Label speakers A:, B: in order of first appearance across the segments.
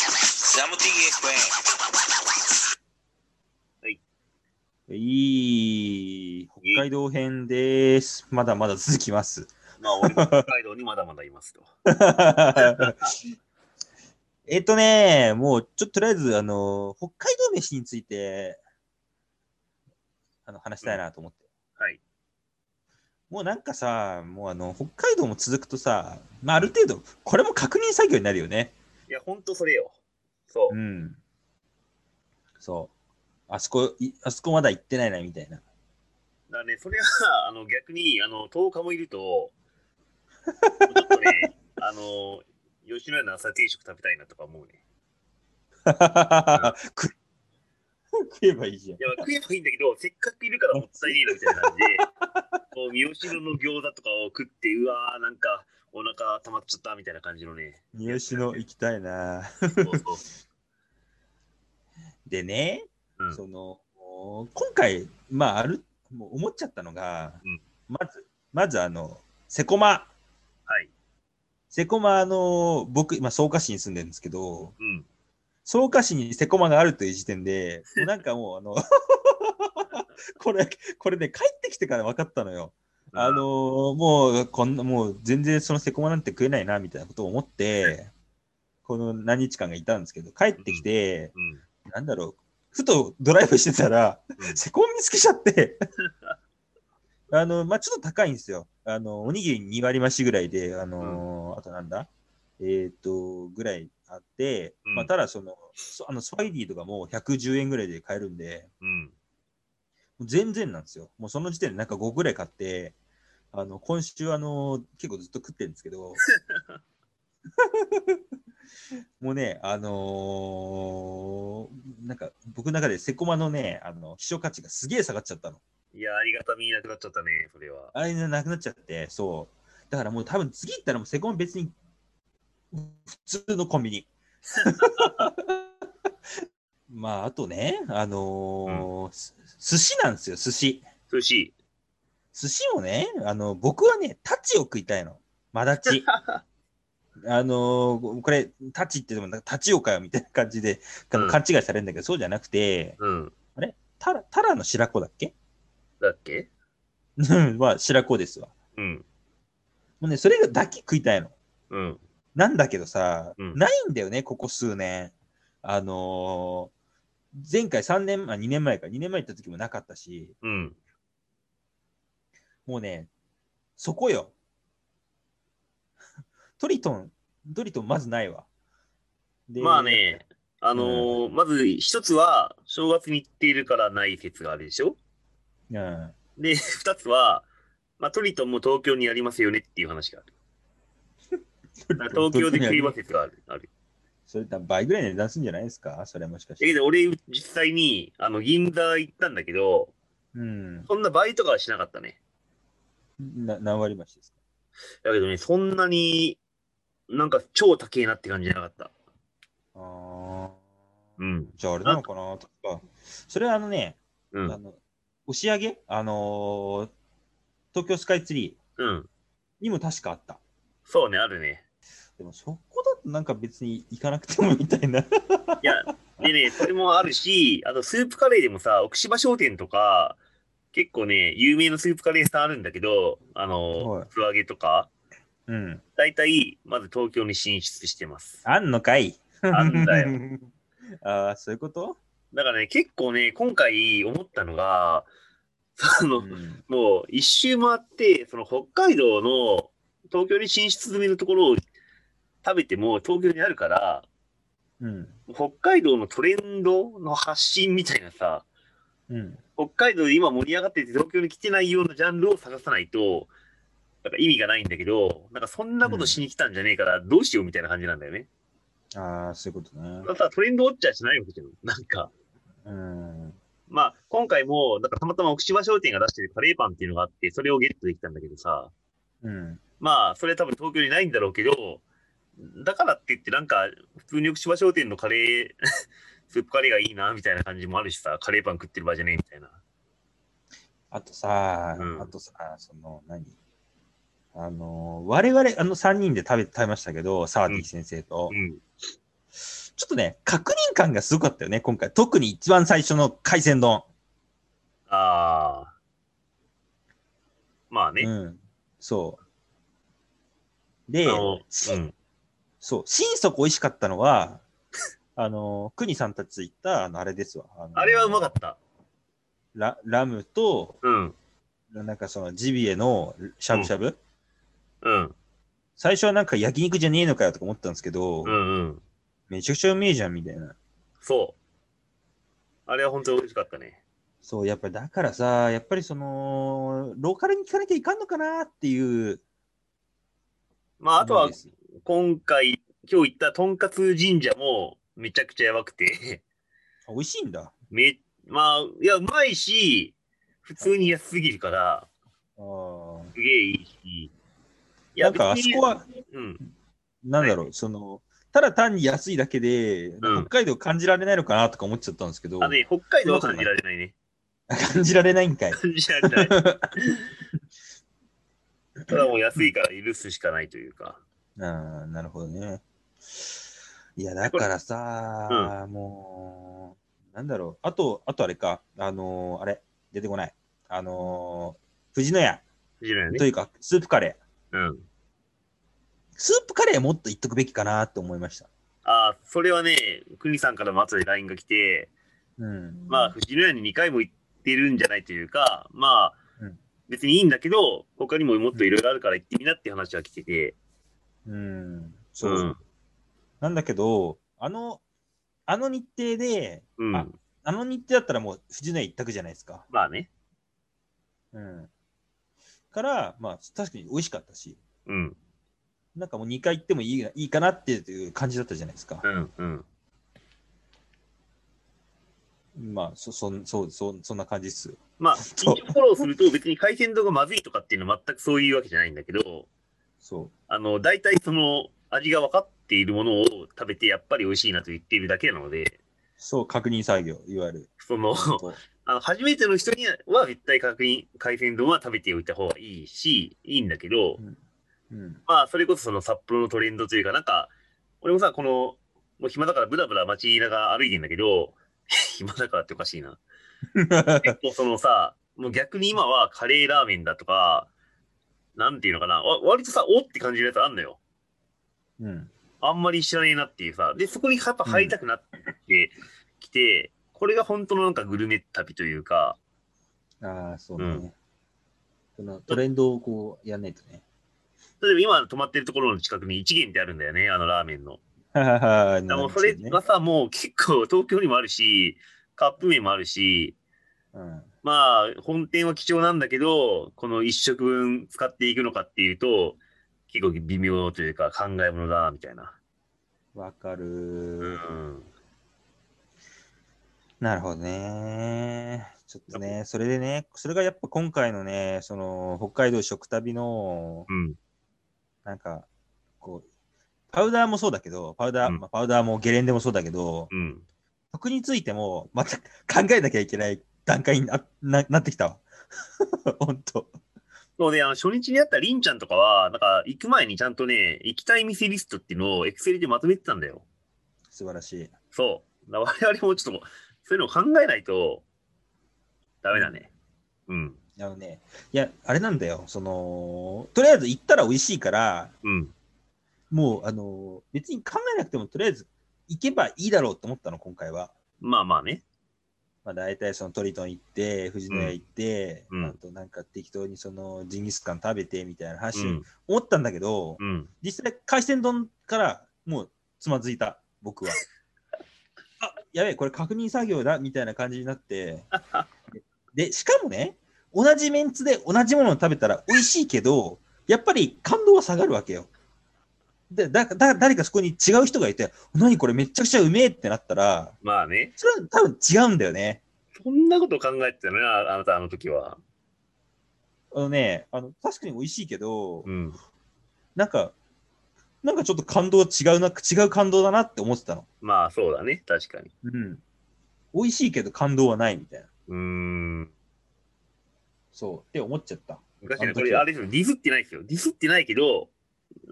A: Damo TF.
B: いい、北海道編です。まだまだ続きます。
C: まあ、俺も北海道にまだまだいますと。
B: えっとね、もう、ちょっととりあえず、あの、北海道飯について、あの、話したいなと思って。
C: はい。
B: もうなんかさ、もうあの、北海道も続くとさ、まあ、ある程度、これも確認作業になるよね。
C: いや、ほんとそれよ。そうう。
B: ん。そう。あそこ、いあそこまだ行ってないな、みたいな。
C: だからね、それは、あの、逆に、あの、10日もいると、ちょっとね、 あの、吉野家の朝定食食べたいなとか思うね。
B: 食食えばいいじゃん
C: い。や、食えばいいんだけど、せっかくいるからもったいねえなみたいな 感じで、こう、三好野の餃子とかを食って、うわー、なんか、お腹溜まっちゃったみたいな感じのね。
B: 三好の行きたいな。
C: そうそう。
B: でね、
C: う ん
B: そのお今回、まあ、あるもう思っちゃったのが、
C: うん
B: まず、まずあの、セコマ。
C: はい。
B: セコマ、あの、僕、今、草加市に住んでるんですけど、
C: うん。
B: 草加市にセコマがあるという時点 で、もうなんかもう、あの、 これ、これね、帰ってきてから分かったのよ。あのーもう、こんな、もう全然そのセコマなんて食えないな、みたいなことを思って、この何日間がいたんですけど、帰ってきて、
C: うん。
B: なんだろう、ふとドライブしてたら、
C: うん
B: セコマ見つけちゃって、 あの、まあ、ちょっと高いんですよ。あの、おにぎり2割増しぐらいで、あのーあとなんだえっ、と、ぐらいあって、
C: うん
B: まあ、ただその、そあのスパイディとかも110円ぐらいで買えるんで、
C: うん。
B: もう全然なんですよ。もうその時点でなんか5ぐらい買って、あの今週あの結構ずっと食ってるんですけど、もうね、あのーなんか僕の中でセコマのね、あの希少価値がすげえ下がっちゃったの。
C: いや、ありがたみなくなっちゃったね、それは。
B: あれがなくなっちゃって、そう。だからもう多分次行ったらもうセコマ別に普通のコンビニ。まああとね、あのーす寿司なんですよ、寿司。
C: 寿司。
B: 寿司もね、あの、僕はね、タチを食いたいの。マダ チ。あのーこれ、タチってでも、タチオかよみたいな感じで、あの
C: うん
B: 勘違いされるんだけど、そうじゃなくて、
C: うん。
B: タラ、タラの白子だっけ
C: だっけ
B: うんは白子ですわ。
C: うん。
B: もうね、それがだけ食いたいの。
C: うん。
B: なんだけどさ、
C: うん
B: ないんだよね、ここ数年。あのー前回3年、あ、2年前か、2年前行った時もなかったし、
C: うん。
B: もうね、そこよ。 トリトン、トリトンまずないわ。で
C: まあ。ね、あのーまず一つは、正月に行っているからない説があるでしょ
B: うん。
C: で、 二つは、まあ、トリトンも東京にありますよねっていう話がある。だから東京で食います説がある。ある
B: それ多分倍ぐらいの値段するんじゃないですかそれもしかし
C: だけ
B: て。
C: ど、俺、実際に、あの、銀座行ったんだけど、
B: うん。
C: そんな倍とかはしなかったね。
B: な何割増しですか
C: だけどね、そんなに、なんか超高えなって感じじゃなかった。
B: ああ。
C: うん。
B: じゃああれなのかなとか。それはあのね、
C: う
B: あ
C: ん。
B: の押し上げあのー東京スカイツリ
C: うん。
B: ーにも確かあった。
C: そうね、あるね。
B: でもそこだとなんか別に行かなくてもみたいな。
C: いや、でね、それもあるし、あとスープカレーでもさ、奥芝商店とか、結構ね、有名なスープカレー屋さんあるんだけど、あ
B: は
C: の
B: い、
C: 素揚げとか、
B: うん。
C: 大体、まず東京に進出してます。
B: あんのかい
C: あんだよ。
B: ああ、そういうこと
C: だからね、結構ね、今回思ったのが、その、
B: うん
C: もう一周回って、その北海道の東京に進出済みのところを食べても東京にあるから、
B: うん。
C: 北海道のトレンドの発信みたいなさ、
B: うん。
C: 北海道で今盛り上がってて東京に来てないようなジャンルを探さないと、なんか意味がないんだけど、なんかそんなことしに来たんじゃねえからどうしようみたいな感じなんだよね。
B: ああ、そういうことね
C: た。ださ、トレンドウォッチャーしないわけじゃん。なんか、
B: うん。
C: まあ今回も、なんかたまたま奥芝商店が出してるカレーパンっていうのがあって、それをゲットできたんだけどさ、
B: うん。
C: まあそれは多分東京にないんだろうけど、だからって言ってなんか普通に奥芝商店のカレー、 スープカレーがいいなみたいな感じもあるしさ、カレーパン食ってる場合じゃねえみたいな。
B: あとさ、
C: うん
B: あとさ、その、何あの、我々、あの3人で食べ食べましたけど、サーティー先生と。
C: うん。
B: ちょっとね、確認感がすごかったよね、今回。特に一番最初の海鮮丼。
C: ああ。まあね。
B: うん。そう。で
C: あ、の、
B: し
C: うん。
B: そう、心底美味しかったのは、あの、国さんたち行った、あの、あれですわ。あの
C: あれはうまかった。
B: ララムと、
C: うん。
B: なんかそのジビエのしゃぶしゃぶ、
C: うん。
B: 最初はなんか焼肉じゃねえのかよとか思ったんですけど、
C: うんうん。
B: めちゃくちゃうめえじゃんみたいな。
C: そう。あれは本当に美味しかったね。
B: そう、やっぱだからさ、やっぱりその、ローカルに聞かなきゃいかんのかなっていう。
C: まあ、あとは
B: です
C: 今回、今日行ったとんかつ神社もめちゃくちゃやばくて
B: あ美味しいんだ。
C: め、まあ、いや、うまいし、普通に安すぎるから、
B: あー
C: すげえいいし。い
B: なんかあそこ、は、
C: 別にうん。
B: なんだろう、その、ただ単に安いだけで、
C: うん
B: 北海道感じられないのかなとか思っちゃったんですけど、
C: あ、ね、北海道は感じられないね。
B: 感じられないんかい。
C: 感じられない。ただもう安いから許すしかないというか。
B: ああ、なるほどね。いや、だからさ、もう、なんだろう。あと、あとあれか、あのーあれ、出てこない。あのー、藤野屋
C: 藤野屋
B: と
C: ね。
B: いうか、スープカレー。
C: うん。
B: スープカレーもっと言っとくべきかなって思いました。
C: ああ、それはね、国さんからも後で LINE が来て、
B: うん。
C: まあ、藤野屋に2回も行ってるんじゃないというか、まあ、
B: うん
C: 別にいいんだけど、他にももっといろいろあるから行ってみなっていう話は来てて、
B: うん。そう。
C: うん
B: なんだけど、あの、あの日程で、
C: うん、
B: ああの日程だったらもう藤野屋一択じゃないですか。
C: まあね、
B: うん。から、まあ、確かに美味しかったし、
C: うん、
B: なんかもう2回行ってもいいいいかなっていう感じだったじゃないですか
C: う。ん、うん、
B: まあ、そ、そん、そう、そん、そんな感じっすよ。
C: まあ、一
B: そ
C: 応
B: う
C: フォローすると、別に海鮮丼がまずいとかっていうのは全くそういうわけじゃないんだけど、
B: そ
C: あの、大体その味が分かっているものを食べて、やっぱり美味しいなと言っているだけなので、
B: う。そう、確認作業、いわゆる。
C: その、
B: そう
C: あの初めての人には絶対確認、海鮮丼は食べておいた方がいいし、いいんだけど、
B: うん。
C: まあ、それこそその札幌のトレンドというか、なんか、俺もさ、この、もう暇だからブラブラ街中歩いてんだけど、 暇だからっておかしいな。結構そのさ、もう逆に今はカレーラーメンだとか、なんていうのかな、わ割とさ、おって感じるやつあんのよ。
B: うん。
C: あんまり知らねえなっていうさ。で、そこにやっぱ入りたくなってきて、これが本当のなんかグルメ旅というか、
B: ああ、そう
C: う
B: ね。そのトレンドをこう、やんないと ね。
C: 例えば今泊まってるところの近くに一元ってあるんだよね、あのラーメンの。
B: ははは
C: だからもう それがさ、もう結構 東京にもあるし、カップ麺もあるし、
B: うん。
C: まあ、本店は貴重なんだけど、この一食分使っていくのかっていうと、結構微妙というか考えものだな、みたいな。
B: わかる
C: う
B: ー。
C: ん。
B: なるほどね。ちょっとね、それでね、それがやっぱ今回のね、その、北海道食旅の、
C: うん。
B: なんか、こう、パウダーもそうだけど、パウダー、
C: うん
B: まあ、パウダーもゲレンデもそうだけど、
C: うん。
B: 食についても、また考えなきゃいけない段階になななってきたわ。 ほんと。
C: そうね、あの、初日にあったりんちゃんとかは、なんか行く前にちゃんとね、行きたい店リストっていうのをエクセルでまとめてたんだよ。
B: 素晴らしい。
C: そう。だから我々もちょっと、そういうのを考えないと、ダメだね。うん。
B: あのね、いや、あれなんだよ。その、とりあえず行ったら美味しいから、
C: うん。
B: もう、あの、別に考えなくても、とりあえず行けばいいだろうと思ったの、今回は。
C: まあまあね。
B: まあ、大体そのトリトン行って、富士野屋行って、
C: うんうん
B: あとなんか適当にそのジンギスカン食べてみたいな
C: う
B: 話、
C: ん。
B: 思ったんだけど、
C: うん。
B: 実際海鮮丼からもうつまずいた僕は あやべえこれ確認作業だみたいな感じになってでしかもね同じメンツで同じものを食べたら美味しいけどやっぱり感動は下がるわけよでだだ誰かそこに違う人がいて何これめっちゃくちゃうめえってなったら
C: まあね。
B: それは多分違うんだよね
C: そんなこと考えてたのね、ああなた、あの時は。
B: あのねあの確かに美味しいけど、
C: うん。
B: なんかなんかちょっと感動は違うな違う感動だなって思ってたの
C: まあ、そうだね、確かに。
B: うん。美味しいけど感動はないみたいな。
C: うーん。
B: そう。って思っちゃった。
C: 昔
B: あ
C: ね、
B: の時
C: こ
B: は
C: れ、あれですよ、ディスってないですよ。ディスってないけど、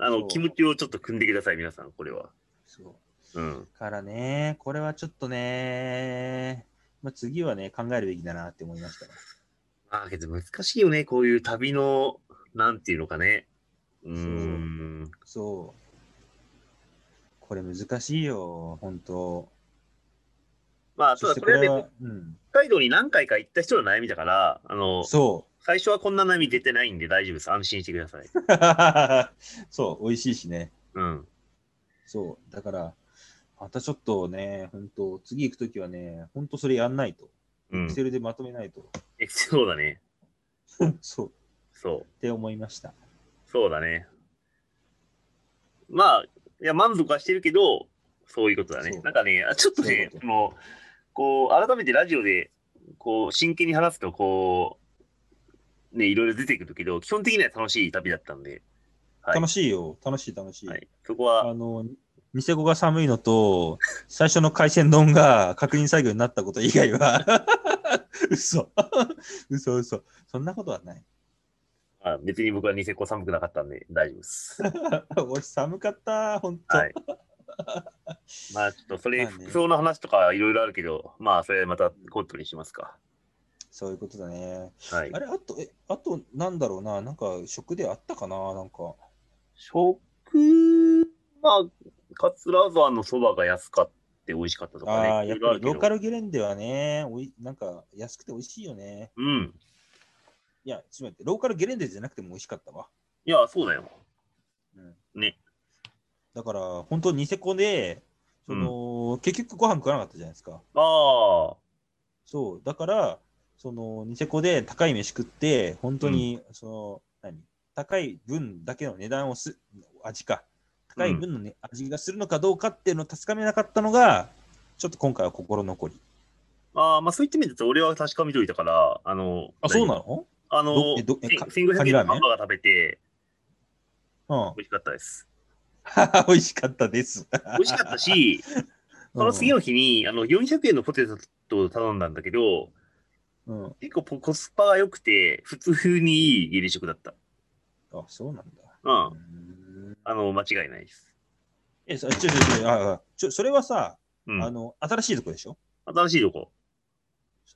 C: あ
B: そ
C: の、
B: う
C: 気持ちをちょっと組んでください、皆さん、これは。
B: そう。
C: うん。
B: からね、これはちょっとね、まあ、次はね、考えるべきだなって思いましたね。
C: まあ、けど難しいよね。こういう旅の、なんていうのかね。うーん。
B: そう。これ難しいよ、本当。
C: まあ、た
B: そし
C: だ
B: て
C: こ
B: こ
C: れはね
B: れは、うん、
C: 北海道に何回か行った人の悩みだから、あの、
B: そ
C: 最初はこんな波出てないんで大丈夫です。安心してください。
B: う。 そう、美味しいしね。
C: うん。
B: そう。だから、またちょっとね、本当次行くときはね、本当それやんないと。
C: う
B: エ
C: ん
B: ク。セルでまとめないと。
C: え そうだね。
B: そう。
C: そう。
B: って思いました。
C: そうだね。まあ、いや、満足はしてるけど、そういうことだね
B: そ。う
C: なんかね、あちょっと
B: そういう
C: ね、
B: こと
C: その、こう、改めてラジオで、こう、真剣に話すと、こう、ね、いろいろ出てくるけど、基本的には楽しい旅だったんで、はい
B: 楽しいよ。楽しい、楽しい。
C: はい、そこは、
B: あの、ニセコが寒いのと、最初の海鮮丼が確認作業になったこと以外は、 嘘。嘘嘘。そんなことはない。
C: あ別に僕はニセコ寒くなかったんで、大丈夫です。
B: 俺寒かった、本当、
C: はい。まあ、ちょっとそれ、
B: まあね
C: 服装の話とかいろいろあるけど、まあ、それはまた今度にしますか。
B: そういうことだね。
C: はい
B: あ。れ、あと、え、あと、なんだろうな、なんか、食であったかな、なんか。
C: 食、まあ、桂沢のそばが安かって美味しかったとかね。
B: ああ、やっ
C: いろ
B: ぱり
C: いろあるけど
B: ローカルゲレンデはね、おいなんか、安くて美味しいよね。
C: うん。
B: いや、ちょっと待って、ローカルゲレンデじゃなくても美味しかったわ。
C: いや、そうだよ。
B: うん、
C: ね。
B: だから、本当ニセコで、その、結局ご飯食わなかったじゃないですか。
C: ああ、
B: そう、だから、その、ニセコで高い飯食って、本当に、その、何高い分だけの値段をす、味か。高い分の、ね味がするのかどうかっていうのを確かめなかったのが、ちょっと今回は心残り。
C: ああ、まあそういった意味だと俺は確か見といたから、あの、
B: あ、そうなの
C: あの
B: ど、えどえ
C: せん
B: か
C: 1500
B: カニ
C: 円
B: ラー
C: の
B: メン
C: ハンバーガー食べて
B: うん
C: 美。味しかったです。
B: 美味しかったです。
C: 美味しかったし、 その次の日に、あの、400円のポテトを頼んだんだけど、
B: うん、うん。
C: 結構ポコスパが良くて、普通にいい下痢食だった。
B: あ、そうなんだ。
C: うん
B: う。ーん
C: あの、間違いないです。
B: え、そちょ、ちょ、ちょ、ああちょそれはさ、
C: うん
B: あ。の、新しいとこでしょ
C: 新しいとこ。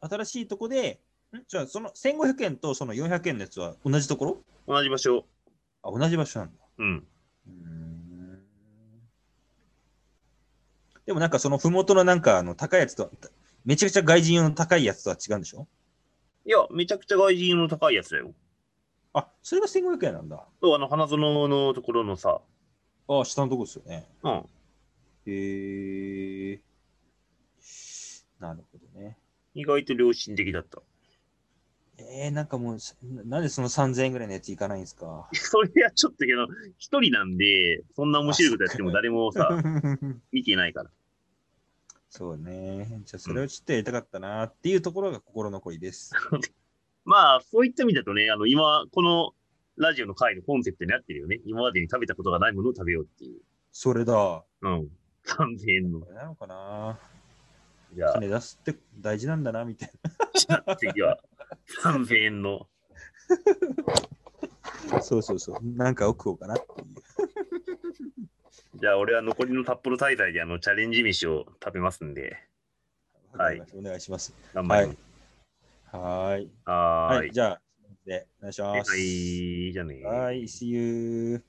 B: 新しいとこで、んじゃあ、その1500円とその400円のやつは同じところ
C: 同じ場所。
B: あ、同じ場所なんだ。
C: うん。
B: うーんでもなんかそのふもとのなんかあの高いやつとは、ためちゃくちゃ外人用の高いやつとは違うんでしょ
C: いや、めちゃくちゃ外人の高いやつだよ。
B: あ、それが1500円なんだ。
C: そう、あの、花園のところのさ、
B: あ、下のとこですよね。
C: うん。
B: へー。なるほどね。
C: 意外と良心的だった。
B: えー、なんかもう、ななんでその3000円ぐらいのやついかないんです か
C: それはちょっとけど、一人なんで、そんな面白いことやっても誰もさ、見てないから。
B: そうね。じゃあそれをちょっとやりたかったなっていうところが心残りです。
C: まあ、そういった意味だとね、あの、今、このラジオの回のコンセプトになってるよね。今までに食べたことがないものを食べようっていう。
B: それだ。
C: うん。3000円の
B: こ。れなのかな
C: じゃあ、
B: 金出すって大事なんだなみたい
C: じゃあ次は、3000円の。
B: な。そうそうそう。なんかを食おうかなっていう。
C: じゃあ、俺は残りの札幌滞在で、あの、チャレンジ飯を食べますんで、はい。
B: お願いします。
C: 頑張ります。
B: はーい。
C: はーい。
B: はい。じゃあ、でお願いし
C: は
B: ます。
C: い、じゃあね。
B: はい。See you.